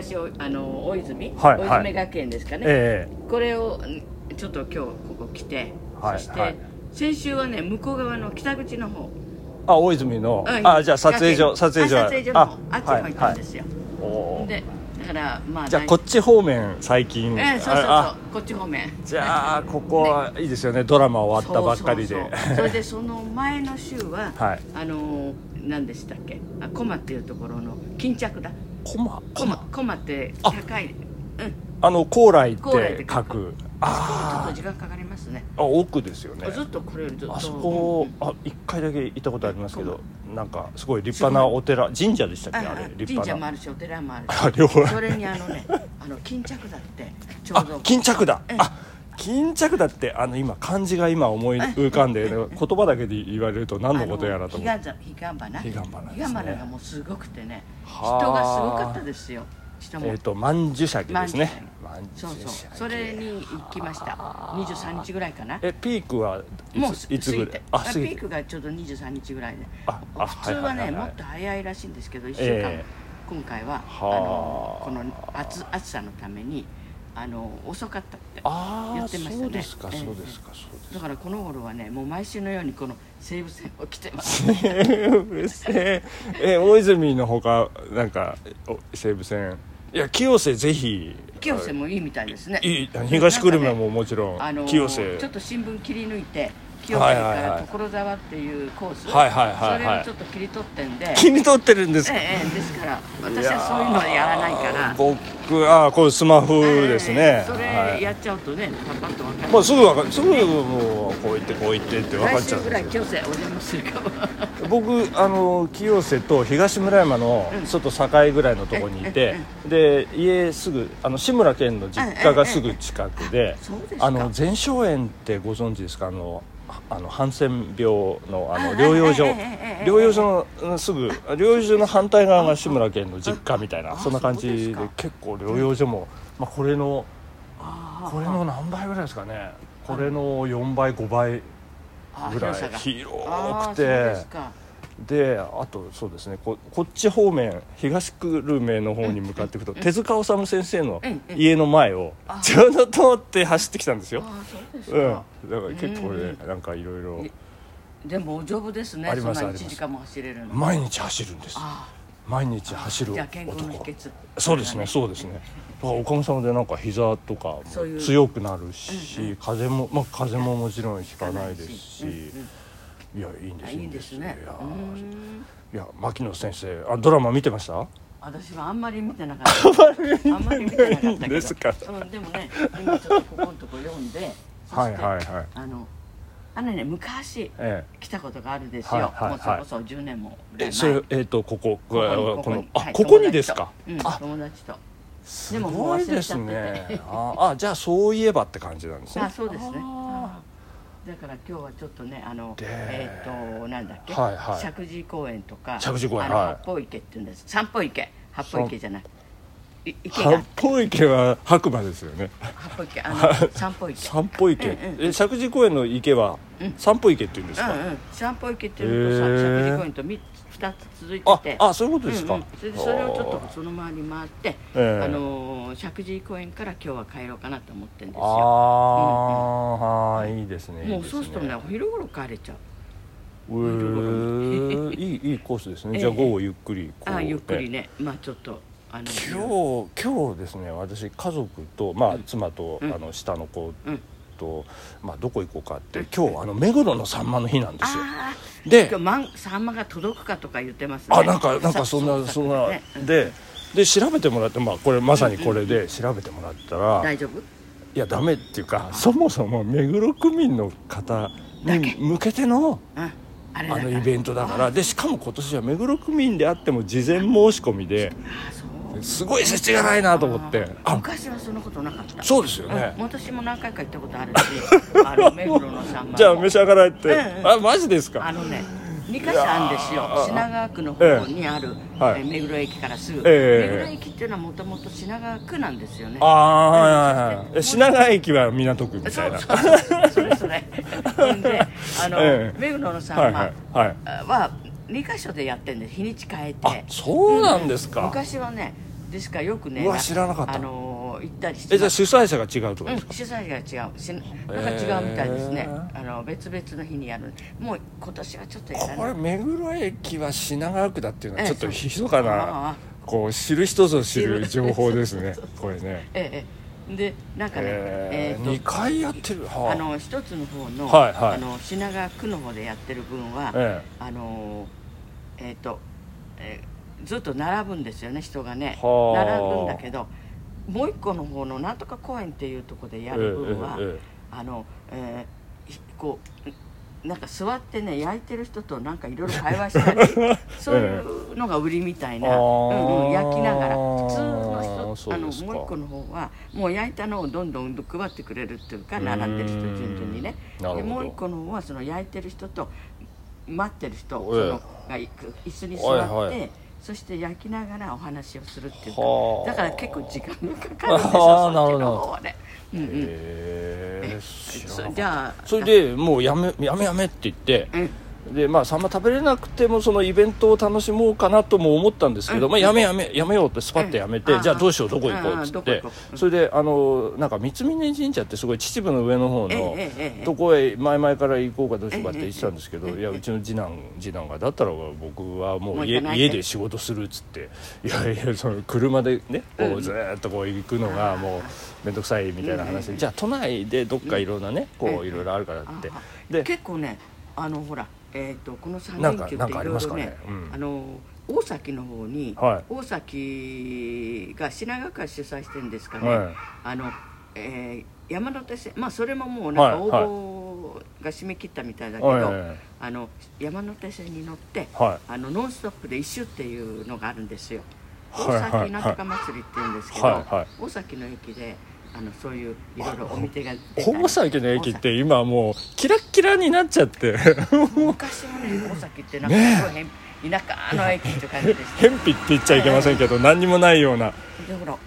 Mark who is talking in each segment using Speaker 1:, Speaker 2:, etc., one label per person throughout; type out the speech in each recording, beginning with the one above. Speaker 1: 東おあの大泉、
Speaker 2: は
Speaker 1: 大
Speaker 2: いはい
Speaker 1: 泉学園ですかね、
Speaker 2: え
Speaker 1: これをんちょっと今日ここ来て、
Speaker 2: はい
Speaker 1: そして、
Speaker 2: はい
Speaker 1: 先週はね向こう側の北口の方、
Speaker 2: えあ大泉の、
Speaker 1: うん
Speaker 2: あじゃあ撮影所
Speaker 1: 北
Speaker 2: 撮
Speaker 1: 口
Speaker 2: 影所
Speaker 1: あ撮影所の方あっちの方行
Speaker 2: はい
Speaker 1: った
Speaker 2: は
Speaker 1: ん
Speaker 2: い
Speaker 1: ですよ、
Speaker 2: おー
Speaker 1: でだからまあ
Speaker 2: じゃあ
Speaker 1: 大
Speaker 2: こっち方面最近、
Speaker 1: ええそうそう
Speaker 2: あ
Speaker 1: そうこっち方面
Speaker 2: じゃあここはいいですよねドラマ終わったばっかりで
Speaker 1: そうそうそうそれでその前の週は、
Speaker 2: はい
Speaker 1: あのー何でしたっけあコマっていうところの巾着だ
Speaker 2: コマ
Speaker 1: コマコマって
Speaker 2: あ
Speaker 1: 高いうん
Speaker 2: あの高麗っ
Speaker 1: 高麗って
Speaker 2: て
Speaker 1: 書
Speaker 2: 書
Speaker 1: く
Speaker 2: く
Speaker 1: ちょっと
Speaker 2: あ
Speaker 1: 時間かかりますね
Speaker 2: ーあ奥ですよね
Speaker 1: ずっとこれよりずっと
Speaker 2: あそこあ一回だけ行ったことありますけ
Speaker 1: そ
Speaker 2: どなんかすごい立派なお寺神社でしたっけあれ立
Speaker 1: 神社
Speaker 2: 派
Speaker 1: もあ
Speaker 2: な
Speaker 1: るしお寺もある
Speaker 2: あ両方
Speaker 1: しそれにあの ねあの巾着だってちょう
Speaker 2: あ
Speaker 1: ど
Speaker 2: 巾着だ
Speaker 1: ええ
Speaker 2: あ巾着だってあの今漢字が今思い浮かんで言葉だけで言われると何のことやらと思
Speaker 1: あ
Speaker 2: う
Speaker 1: の彼岸花彼
Speaker 2: 彼
Speaker 1: 岸
Speaker 2: 岸
Speaker 1: 花
Speaker 2: 花
Speaker 1: 彼
Speaker 2: ですね
Speaker 1: 岸花がもうすごくてね人
Speaker 2: はあ
Speaker 1: がすごかったですよ人も
Speaker 2: えっと万寿鮭ですね
Speaker 1: 万寿鮭そ
Speaker 2: 万寿
Speaker 1: うそう
Speaker 2: 鮭
Speaker 1: それに行きました23日ぐらいかな
Speaker 2: えピークはい
Speaker 1: もう
Speaker 2: ついつ
Speaker 1: 過ぎ
Speaker 2: ぐらい
Speaker 1: て
Speaker 2: あ
Speaker 1: あ
Speaker 2: 過
Speaker 1: ピ
Speaker 2: ぎ
Speaker 1: ー
Speaker 2: て
Speaker 1: クがちょうど23日ぐらいで
Speaker 2: ああ
Speaker 1: 普通はね
Speaker 2: いいい
Speaker 1: も
Speaker 2: い
Speaker 1: っと早いらしいんですけど1週間、
Speaker 2: ええ
Speaker 1: 今回はあ
Speaker 2: はあ
Speaker 1: のこの暑暑さのためにあの遅かったって
Speaker 2: あ
Speaker 1: や
Speaker 2: あ
Speaker 1: ってましたね
Speaker 2: そうですか
Speaker 1: ええ
Speaker 2: そうですかそうですか
Speaker 1: だからこの頃はねもう毎週のようにこの西武線を来てます
Speaker 2: うるせええ大泉のほかなんかお西武線いや清瀬ぜひ
Speaker 1: 清瀬もいいみたいですね
Speaker 2: いい東久留米
Speaker 1: なんかね
Speaker 2: ももちろん
Speaker 1: あの
Speaker 2: 清瀬
Speaker 1: ちょっと新聞切り抜いて清瀬
Speaker 2: は
Speaker 1: か
Speaker 2: いはいは
Speaker 1: ら
Speaker 2: い
Speaker 1: 所沢っていうコース、
Speaker 2: はいはいはい
Speaker 1: それ
Speaker 2: はい
Speaker 1: をちょっと切り取ってんで、
Speaker 2: 気に取ってるんです
Speaker 1: ええ
Speaker 2: か
Speaker 1: ええですから私はそういうのはやらないから
Speaker 2: 僕ああこれスマホです
Speaker 1: え
Speaker 2: ね
Speaker 1: えそ
Speaker 2: は
Speaker 1: れ
Speaker 2: い
Speaker 1: やっちゃうとねパパッと分かる
Speaker 2: もうすぐわかるすぐもうこう行ってこう行ってって分か
Speaker 1: 来
Speaker 2: っち
Speaker 1: 週
Speaker 2: ゃうん
Speaker 1: ぐら
Speaker 2: で
Speaker 1: い
Speaker 2: すよ
Speaker 1: 清瀬お邪魔するかも
Speaker 2: 僕あの清瀬と東村山の
Speaker 1: うん
Speaker 2: ちょっと境ぐらいのところにいてで家すぐあの志村けんの実家がすぐ近くで
Speaker 1: そうですか
Speaker 2: あの全焼園ってご存知ですかあのああのハンセン病のあの
Speaker 1: あ
Speaker 2: 療養所
Speaker 1: ええええええ
Speaker 2: 療養所のうんすぐ療養所の反対側が志村けんの実家みたい
Speaker 1: あ
Speaker 2: な
Speaker 1: あ
Speaker 2: そんな感
Speaker 1: そうで
Speaker 2: じ
Speaker 1: す
Speaker 2: で
Speaker 1: か
Speaker 2: 結構療養所も、まあ、これの
Speaker 1: ああ
Speaker 2: これの何倍ぐらいですかねこれの4倍5倍
Speaker 1: あ
Speaker 2: ぐらい
Speaker 1: 広さが
Speaker 2: 広
Speaker 1: ああ
Speaker 2: く
Speaker 1: そうです
Speaker 2: て。
Speaker 1: か
Speaker 2: であとそうですねここっち方面東久留米の方に向かっていくと手塚治虫先生の
Speaker 1: うんうん
Speaker 2: 家の前を
Speaker 1: あ
Speaker 2: ちょうど通って走ってきたんですよ、
Speaker 1: ああそうです
Speaker 2: うん、だ
Speaker 1: か
Speaker 2: か、ら結構
Speaker 1: うん
Speaker 2: ねなんかいろいろ
Speaker 1: えでもお丈夫ですね
Speaker 2: あります
Speaker 1: そんな
Speaker 2: あり
Speaker 1: 1
Speaker 2: ます
Speaker 1: 時間も走れるの
Speaker 2: 毎日走るんです
Speaker 1: ああ
Speaker 2: 毎日走る
Speaker 1: じゃあ健康の秘
Speaker 2: 男
Speaker 1: 訣
Speaker 2: そうですねそうですねだからおかげさまでなんか膝とかも
Speaker 1: そういう
Speaker 2: 強くなるし風もまあ風ももちろんひかないですし、いやいいんで
Speaker 1: あ
Speaker 2: す
Speaker 1: いいんですね
Speaker 2: いや
Speaker 1: うーん
Speaker 2: いや牧野先生あドラマ見てました
Speaker 1: 私はあんまり見てなかったあんまり見てなかったけど
Speaker 2: ですか
Speaker 1: うん、でもね今ちょっとここのとこ読んでそ
Speaker 2: はい
Speaker 1: して、
Speaker 2: はいはい
Speaker 1: あのあのね昔
Speaker 2: ええ
Speaker 1: 来たことがあるんですよ、
Speaker 2: はいはいはい
Speaker 1: もうそれこそ10年もぐらい
Speaker 2: え
Speaker 1: 前
Speaker 2: それえっ、とこここ
Speaker 1: ここ
Speaker 2: この
Speaker 1: にここに
Speaker 2: あ、
Speaker 1: はい
Speaker 2: ここにですか、
Speaker 1: 友達
Speaker 2: あ
Speaker 1: とうん、友達と
Speaker 2: すごいです
Speaker 1: でももう忘れちゃっ
Speaker 2: ねああじゃあそういえばって感じなんですね
Speaker 1: あそうですね
Speaker 2: あ
Speaker 1: だから今日はちょっとねあの
Speaker 2: で
Speaker 1: えっ、となんだっけ、
Speaker 2: はいはい
Speaker 1: 石神井公園とか
Speaker 2: 石神井公園
Speaker 1: あの
Speaker 2: はい
Speaker 1: 八方池って言うんです三方池八方池じゃないい池
Speaker 2: 八
Speaker 1: が
Speaker 2: 方池は白馬ですよね
Speaker 1: 八方池あの三方池
Speaker 2: 三方
Speaker 1: う
Speaker 2: 池、
Speaker 1: んうん
Speaker 2: え石神井公園の池は三方池って言うんです
Speaker 1: う
Speaker 2: か、
Speaker 1: んうん三方池っていうのとさ
Speaker 2: へ
Speaker 1: 石
Speaker 2: ー
Speaker 1: 神井公園と三つ二つ続いてて
Speaker 2: ああそういうことですか、
Speaker 1: うんうんそれでそれをちょっとその周り回って、
Speaker 2: ええ
Speaker 1: あのー石神井公園から今日は帰ろうかなと思ってるんです
Speaker 2: あ
Speaker 1: よ
Speaker 2: あ、はいいいですね
Speaker 1: もうそうするとね
Speaker 2: う
Speaker 1: お昼頃帰れちゃう
Speaker 2: えー、いいいいコースですね、じゃあ
Speaker 1: ええ
Speaker 2: 午後ゆっくりこう
Speaker 1: ああゆっくり
Speaker 2: ね
Speaker 1: ねまあちょっとあの
Speaker 2: 今日今日ですね私家族と、まあ、妻と、
Speaker 1: うん
Speaker 2: あの下の子
Speaker 1: うん
Speaker 2: と、まあ、どこ行こうかって今日あの目黒のサンマの日なんですよ
Speaker 1: ああ
Speaker 2: で
Speaker 1: 今日マンサンマが届くかとか言ってますね
Speaker 2: あなんかなんかそんな
Speaker 1: さ
Speaker 2: そん
Speaker 1: う
Speaker 2: な
Speaker 1: ねうん
Speaker 2: でで調べてもらって、まあ、これまさにこれで調べてもらったら
Speaker 1: 大丈夫
Speaker 2: いやダメっていうかそもそも目黒区民の方に向けての
Speaker 1: うんあれだ
Speaker 2: あ
Speaker 1: から
Speaker 2: のイベントだからでしかも今年は目黒区民であっても事前申し込みで
Speaker 1: あそう
Speaker 2: すごい世知がないなと思って
Speaker 1: あ
Speaker 2: あ
Speaker 1: 昔はそんなことなかった
Speaker 2: そうですよね
Speaker 1: うん、私も何回か行ったことあ るしあの目黒のサンマも
Speaker 2: じゃあ召し上がられて、
Speaker 1: うんうん
Speaker 2: あマジです
Speaker 1: あ
Speaker 2: か
Speaker 1: のね2か所あるんですよ
Speaker 2: いやー
Speaker 1: 品川区の方にある、え
Speaker 2: はい
Speaker 1: ー目黒駅からすぐ、
Speaker 2: ええ
Speaker 1: 目黒駅っていうのはもともと品川区なんですよね
Speaker 2: ああはいはい
Speaker 1: うん
Speaker 2: はいえ品川駅は港区み
Speaker 1: そ
Speaker 2: たいな
Speaker 1: うそうそうそれそれ ほんであの、
Speaker 2: ええ
Speaker 1: 目黒のサンマ
Speaker 2: はいはいはい
Speaker 1: は2か所でやってるんです日にち変えて
Speaker 2: あそうなんですか、
Speaker 1: 昔はねですからよくね
Speaker 2: うわ知らなかった
Speaker 1: あの行ったりして
Speaker 2: えじゃあ主催者が違うとか
Speaker 1: うん、
Speaker 2: です
Speaker 1: 主
Speaker 2: か、
Speaker 1: 催者が違うしなんか違うみたいですね、
Speaker 2: へー
Speaker 1: あの別々の日にやるもう今年はちょっとやら
Speaker 2: こ
Speaker 1: な
Speaker 2: れ
Speaker 1: い
Speaker 2: 目黒駅は品川区だっていうのは
Speaker 1: ええ
Speaker 2: ちょっとひそか
Speaker 1: あ
Speaker 2: な
Speaker 1: あ
Speaker 2: こう知る人ぞ知る
Speaker 1: 知る
Speaker 2: 情報です ねこれね
Speaker 1: ええええでなんかね
Speaker 2: え
Speaker 1: え
Speaker 2: ー、
Speaker 1: ーと
Speaker 2: 2回やってるは
Speaker 1: あの一つの方の,、
Speaker 2: はいはい
Speaker 1: あの品川区の方でやってる分は、
Speaker 2: え
Speaker 1: あのーえっ、と、えーずっと並ぶんですよね人がね
Speaker 2: はあ
Speaker 1: 並ぶんだけどもう一個の方のなんとか公園っていうとこで
Speaker 2: え
Speaker 1: やる分は、
Speaker 2: ええええ
Speaker 1: あの、えーひこうなんか座ってね焼いてる人となんかいろいろ会話したり そういうのが売りみたいな、
Speaker 2: あー
Speaker 1: うんうん、焼きながら普通の人
Speaker 2: そう
Speaker 1: あ
Speaker 2: で
Speaker 1: のもう
Speaker 2: す
Speaker 1: 一
Speaker 2: か
Speaker 1: 個の方はもう焼いたのをどんどん配ってくれるっていうか並んでる人順々にね
Speaker 2: うーんなるほど
Speaker 1: でもう一個の方はその焼いてる人と待ってる人そ
Speaker 2: ええ
Speaker 1: のがいく椅子に座って。
Speaker 2: はいはい
Speaker 1: そして焼きながらお話をするっていうか
Speaker 2: はあ
Speaker 1: だから結構時間がかかるんですよそっ
Speaker 2: あー
Speaker 1: ちの
Speaker 2: なるほど
Speaker 1: 方はね。うんうん
Speaker 2: へえ知らなか
Speaker 1: そ
Speaker 2: った
Speaker 1: じゃあ
Speaker 2: それでもうやめやめやめって言って、
Speaker 1: うん
Speaker 2: でまあサンマ食べれなくてもそのイベントを楽しもうかなとも思ったんですけど、まあ、やめやめやめようってスパッてやめて、
Speaker 1: うん
Speaker 2: じゃあどうしようどこ行こうっ
Speaker 1: う
Speaker 2: つ
Speaker 1: んう
Speaker 2: っ
Speaker 1: んど
Speaker 2: て
Speaker 1: こ行こううん
Speaker 2: それであのなんか三峯神社ってすごい秩父の上の方
Speaker 1: ええ
Speaker 2: の
Speaker 1: ええええ
Speaker 2: とこへ前々から行こうかどうしようかって言ってたんですけ
Speaker 1: え
Speaker 2: ど
Speaker 1: えええ
Speaker 2: いやうちの次男次男がだったら僕はも
Speaker 1: も
Speaker 2: う
Speaker 1: う
Speaker 2: 家
Speaker 1: 行かないで
Speaker 2: 家で仕事するっつっていやいやその車でねこうずーっとこう行くのがもう面倒くさいみたいな話で、じゃあ都内でどっかいろんなねこういろいろあるからって
Speaker 1: あは。
Speaker 2: で
Speaker 1: 結構ねあのほら、えー、とこの3
Speaker 2: なん
Speaker 1: 連
Speaker 2: か
Speaker 1: 休
Speaker 2: な
Speaker 1: っ
Speaker 2: ん
Speaker 1: て
Speaker 2: かあ
Speaker 1: い
Speaker 2: り
Speaker 1: ろ
Speaker 2: ま
Speaker 1: い
Speaker 2: す
Speaker 1: ろ
Speaker 2: かね
Speaker 1: ね、
Speaker 2: うん
Speaker 1: あの大崎の方に、
Speaker 2: はい
Speaker 1: 大崎が品川区が主催してるんですかね、
Speaker 2: はい
Speaker 1: あのえー山手線まあそれももうなんか
Speaker 2: はい
Speaker 1: 応
Speaker 2: はい
Speaker 1: 募が締め切ったみたいだけど、
Speaker 2: はいはいはい
Speaker 1: あの山手線に乗って、
Speaker 2: はい
Speaker 1: あのノンストップで一周っていうのがあるんですよ。
Speaker 2: はいはいは
Speaker 1: 大
Speaker 2: い
Speaker 1: 崎なんとか祭りって言うんですけど、
Speaker 2: はいはい
Speaker 1: 大崎の駅であのそういういろいろお店が出たり
Speaker 2: 大崎の駅って今もうキラッキラになっちゃって
Speaker 1: 昔は ね大崎ってなんかすごい変田舎の駅って感じでした
Speaker 2: 偏僻って言っちゃいけませんけど何にもないような
Speaker 1: でほらこ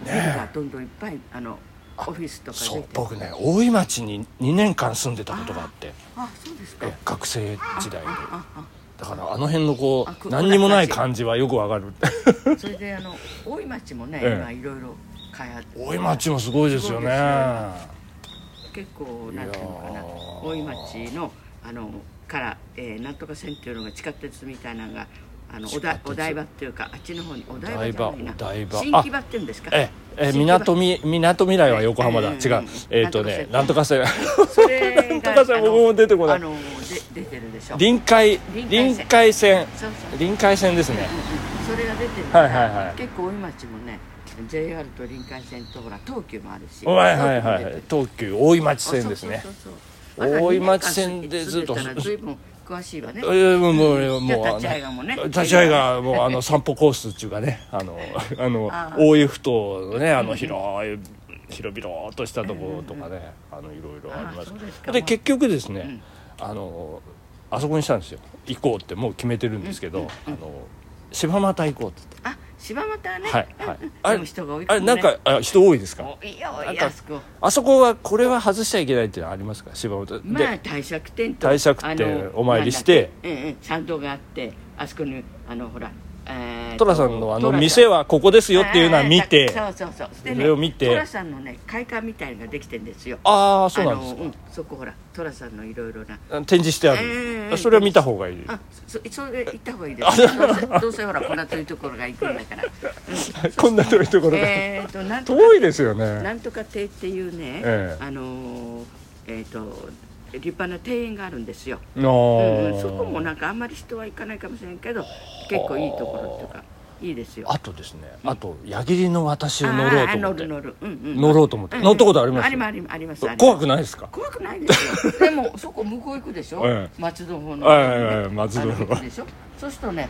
Speaker 1: うビルがどんどんいっぱいあのオフィスとか
Speaker 2: そ
Speaker 1: 出
Speaker 2: う
Speaker 1: て
Speaker 2: 僕ね大井町に2年間住んでたことがあって
Speaker 1: あそうですか
Speaker 2: え学生時代で
Speaker 1: ああ
Speaker 2: だからあの辺のこ
Speaker 1: あ
Speaker 2: う
Speaker 1: く
Speaker 2: 何にもない感じはよくわかる
Speaker 1: あそれであの大井町もね
Speaker 2: ええ
Speaker 1: 今いろいろ開発
Speaker 2: 大井町もすごいですよね
Speaker 1: 結構なんていうのか
Speaker 2: い
Speaker 1: な
Speaker 2: やー
Speaker 1: 大井町のあのから、えー、なんとか線っていうのが地下鉄みたいなのがあのお
Speaker 2: 地下
Speaker 1: だ
Speaker 2: 鉄
Speaker 1: お台場っていうかあっちの方にお台場じゃないな
Speaker 2: お台場お台場
Speaker 1: 新
Speaker 2: あ
Speaker 1: 木場っていうんですか
Speaker 2: え
Speaker 1: 新
Speaker 2: え
Speaker 1: 木
Speaker 2: み
Speaker 1: 場
Speaker 2: なとみなとみらいは横浜だ
Speaker 1: え
Speaker 2: 違う
Speaker 1: えええ
Speaker 2: えっとねな
Speaker 1: なんん
Speaker 2: と
Speaker 1: と
Speaker 2: か線
Speaker 1: それが
Speaker 2: なんとか線僕も出てこない
Speaker 1: あので出てるでしょ
Speaker 2: 臨海臨
Speaker 1: 臨
Speaker 2: 海線
Speaker 1: そうそう
Speaker 2: 臨海線ですね
Speaker 1: それが出てるから、
Speaker 2: はいはいはい
Speaker 1: 結構大井町もね JR と臨海線とほら東急もあるし
Speaker 2: はいはいは
Speaker 1: 東急も出て
Speaker 2: い
Speaker 1: る
Speaker 2: 東急大井町線ですね
Speaker 1: そうそうそうそう
Speaker 2: 大井町線でずっと
Speaker 1: あら二年間住んでたら随分詳しいわね
Speaker 2: いやもうもうもう
Speaker 1: 立ち会いがもうね
Speaker 2: 立ち会いがもうあの散歩コースっていうかね あのあの
Speaker 1: ああ
Speaker 2: 大湯ふ頭のねあの広い広々としたところとかねあのいろいろありま
Speaker 1: ああそうです
Speaker 2: す
Speaker 1: か
Speaker 2: で結局ですねあのあそこにしたんですよ行こうってもう決めてるんですけどあの柴又行こうって
Speaker 1: あ柴又ね、
Speaker 2: 言ってはいはい
Speaker 1: あれでも人が多い
Speaker 2: あ
Speaker 1: か
Speaker 2: れ
Speaker 1: も、ね、
Speaker 2: なんかあ人多いですか
Speaker 1: 多いよ多
Speaker 2: なん
Speaker 1: い
Speaker 2: か
Speaker 1: あそこ
Speaker 2: あそこはこれは外しちゃいけないっていうのはありますか柴又
Speaker 1: ま
Speaker 2: で
Speaker 1: あ帝釈天と
Speaker 2: 帝釈天お参りし
Speaker 1: なんだ
Speaker 2: て
Speaker 1: っけうんうん参道があってあそこにあのほらえーと
Speaker 2: 寅さんのあの
Speaker 1: 寅さん
Speaker 2: 店はここですよっていうのは見て
Speaker 1: あーそうそうそうで
Speaker 2: それを見て
Speaker 1: 寅さんのね会館みたいのができてんですよ
Speaker 2: ああそうなんです
Speaker 1: あ
Speaker 2: か
Speaker 1: のうん、そこほら寅さんのいろいろな
Speaker 2: 展示してある、
Speaker 1: ええ
Speaker 2: それは見た方がいい、
Speaker 1: あそそれ行った方がいいですどうせどうせほらこんな遠いところが行くんだから、
Speaker 2: こんな遠い ところ
Speaker 1: うん、
Speaker 2: が、
Speaker 1: えっ、となんとか
Speaker 2: 遠いですよ
Speaker 1: な
Speaker 2: ね
Speaker 1: んとか亭っていうね、
Speaker 2: ええ
Speaker 1: あのーえっ、と立派な庭園があるんですよ、
Speaker 2: あ
Speaker 1: う
Speaker 2: ー、
Speaker 1: んうん、そこもなんかあんまり人は行かないかもしれんけど結構いいところっていうかいいですよ
Speaker 2: あとですねあと矢切の私を乗ろ
Speaker 1: あ
Speaker 2: うと思って
Speaker 1: ー乗る乗る、うんうん、
Speaker 2: 乗ろうと思って
Speaker 1: んん
Speaker 2: 乗ったことあります
Speaker 1: ありますありますあります
Speaker 2: 怖くないですか
Speaker 1: 怖くないですよ でもそこ向こう行くでしょ、
Speaker 2: ええ
Speaker 1: 松戸方の、
Speaker 2: ええええ松戸の
Speaker 1: あの行くでしょそうするとね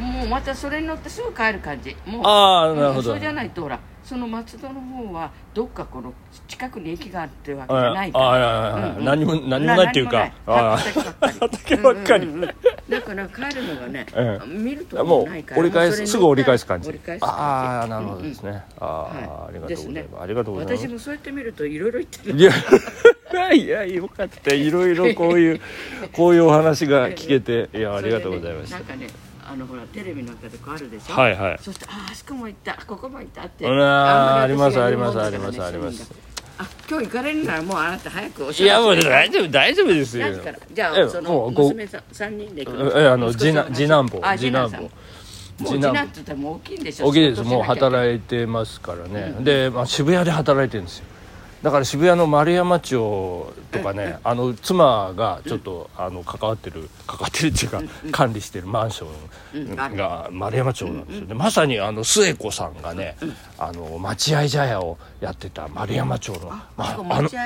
Speaker 1: もうまたそれに乗ってすぐ帰る感じもう
Speaker 2: あーなるほど
Speaker 1: うんそうじゃないとほらその松戸の方はどっかこの近くに駅があるっていうわけじゃないから、
Speaker 2: ああいやいやいや何も何もないっていうかあ
Speaker 1: な
Speaker 2: あ
Speaker 1: 何もない
Speaker 2: 畑ばっかり
Speaker 1: うんうんうんうんだから帰るのがね、
Speaker 2: ええ
Speaker 1: 見ると
Speaker 2: も
Speaker 1: こ
Speaker 2: う
Speaker 1: ないから
Speaker 2: 折り返
Speaker 1: そ
Speaker 2: す
Speaker 1: れに
Speaker 2: すぐ折り返す感じ
Speaker 1: 折り返す感じ
Speaker 2: ああなるほどですね、ああ、
Speaker 1: はい
Speaker 2: ありがとうござい
Speaker 1: です
Speaker 2: ます
Speaker 1: ね
Speaker 2: ありがとうございます
Speaker 1: 私もそうやって見るといろいろ言ってる
Speaker 2: いやいやよかったいろいろこういうこういうお話が聞けていやありがとうございました
Speaker 1: それでねなんかねあのほらテレビなんかでこうあるでしょ、
Speaker 2: はいはい
Speaker 1: そしてああそこも行ったここも行ったって
Speaker 2: うわー
Speaker 1: んま私が
Speaker 2: あります
Speaker 1: 言うもんだから
Speaker 2: あります
Speaker 1: 市民があ今日行かれるならもうあなた早くお
Speaker 2: いやもう大丈夫大丈夫ですよ
Speaker 1: 何時からじゃ
Speaker 2: ええ
Speaker 1: あそ
Speaker 2: も
Speaker 1: の
Speaker 2: うご
Speaker 1: 娘さん三人で行く
Speaker 2: ええあの
Speaker 1: 息子さん
Speaker 2: 次男次男坊
Speaker 1: あ
Speaker 2: 次
Speaker 1: 次
Speaker 2: 男
Speaker 1: 男
Speaker 2: 坊
Speaker 1: 坊もう次男って言ったらもう大きいんでしょ
Speaker 2: 大きいですもう
Speaker 1: い
Speaker 2: 働いてますからね、で、まあ、渋谷で働いてるんですよだから渋谷の丸山町とかね、あの妻がちょっと、あの関わってる関わってるっていうか、管理してるマンション
Speaker 1: うんある
Speaker 2: が丸山町なんですよ、でまさにあの末子さんがね、あの待合茶屋をやってた丸山町の、ま
Speaker 1: あそこ
Speaker 2: あの
Speaker 1: 待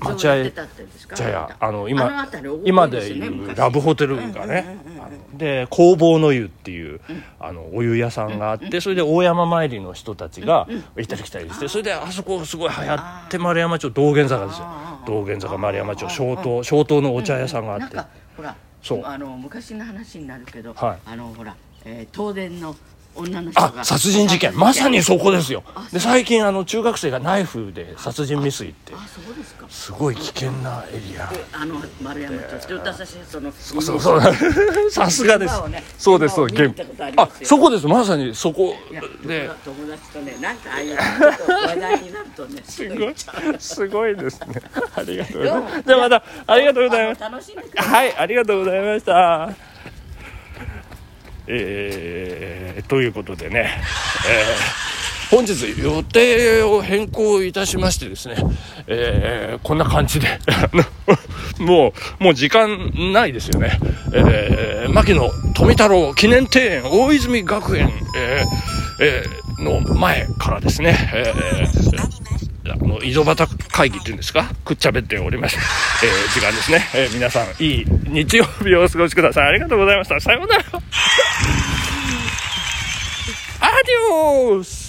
Speaker 1: 合所やってたってんですか
Speaker 2: 茶屋あの
Speaker 1: あの
Speaker 2: 今
Speaker 1: 辺り多い
Speaker 2: 今
Speaker 1: で
Speaker 2: です
Speaker 1: よね
Speaker 2: いう
Speaker 1: 昔
Speaker 2: ラブホテルがねあので工房の湯っていうあのお湯屋さんがあってそれで大山参りの人たちが行ったり来たりしてそれであそこすごい流行って丸山町道玄坂ですよ
Speaker 1: あー
Speaker 2: 道玄坂丸山町小東小東のお茶屋さんがあ
Speaker 1: なん
Speaker 2: って
Speaker 1: かほら
Speaker 2: そう
Speaker 1: あの昔の話になるけど、
Speaker 2: はい
Speaker 1: あのほら、えー、東電の女の人
Speaker 2: あ
Speaker 1: が
Speaker 2: 殺人事件まさにそこですよで最近あの中学生がナイフで殺人未遂って
Speaker 1: あそうですか
Speaker 2: すごい危険なエリア
Speaker 1: あの丸山町って私そのそう
Speaker 2: そうそうさすがです
Speaker 1: 現場をね
Speaker 2: そうですそう
Speaker 1: 現場を見に行ったことありますよ
Speaker 2: そこですまさにそこ
Speaker 1: いや
Speaker 2: で
Speaker 1: 友達とねなんかああいうちょっと話題になるとねす
Speaker 2: すごいすごいですねありがとうございま
Speaker 1: どう
Speaker 2: すじゃあまたありがとうございます
Speaker 1: 楽しんでください
Speaker 2: はい、ありがとうございました。えーということでね、えー本日予定を変更いたしましてですね、えーこんな感じで、 あのもう、もう時間ないですよね。えー牧野富太郎記念庭園大泉学園、えーえーの前からですね、えーあの井戸端会議っていうんですかくっちゃべっておりました、えー時間ですね、えー皆さんいい日曜日をお過ごしくださいありがとうございましたさようならアディオス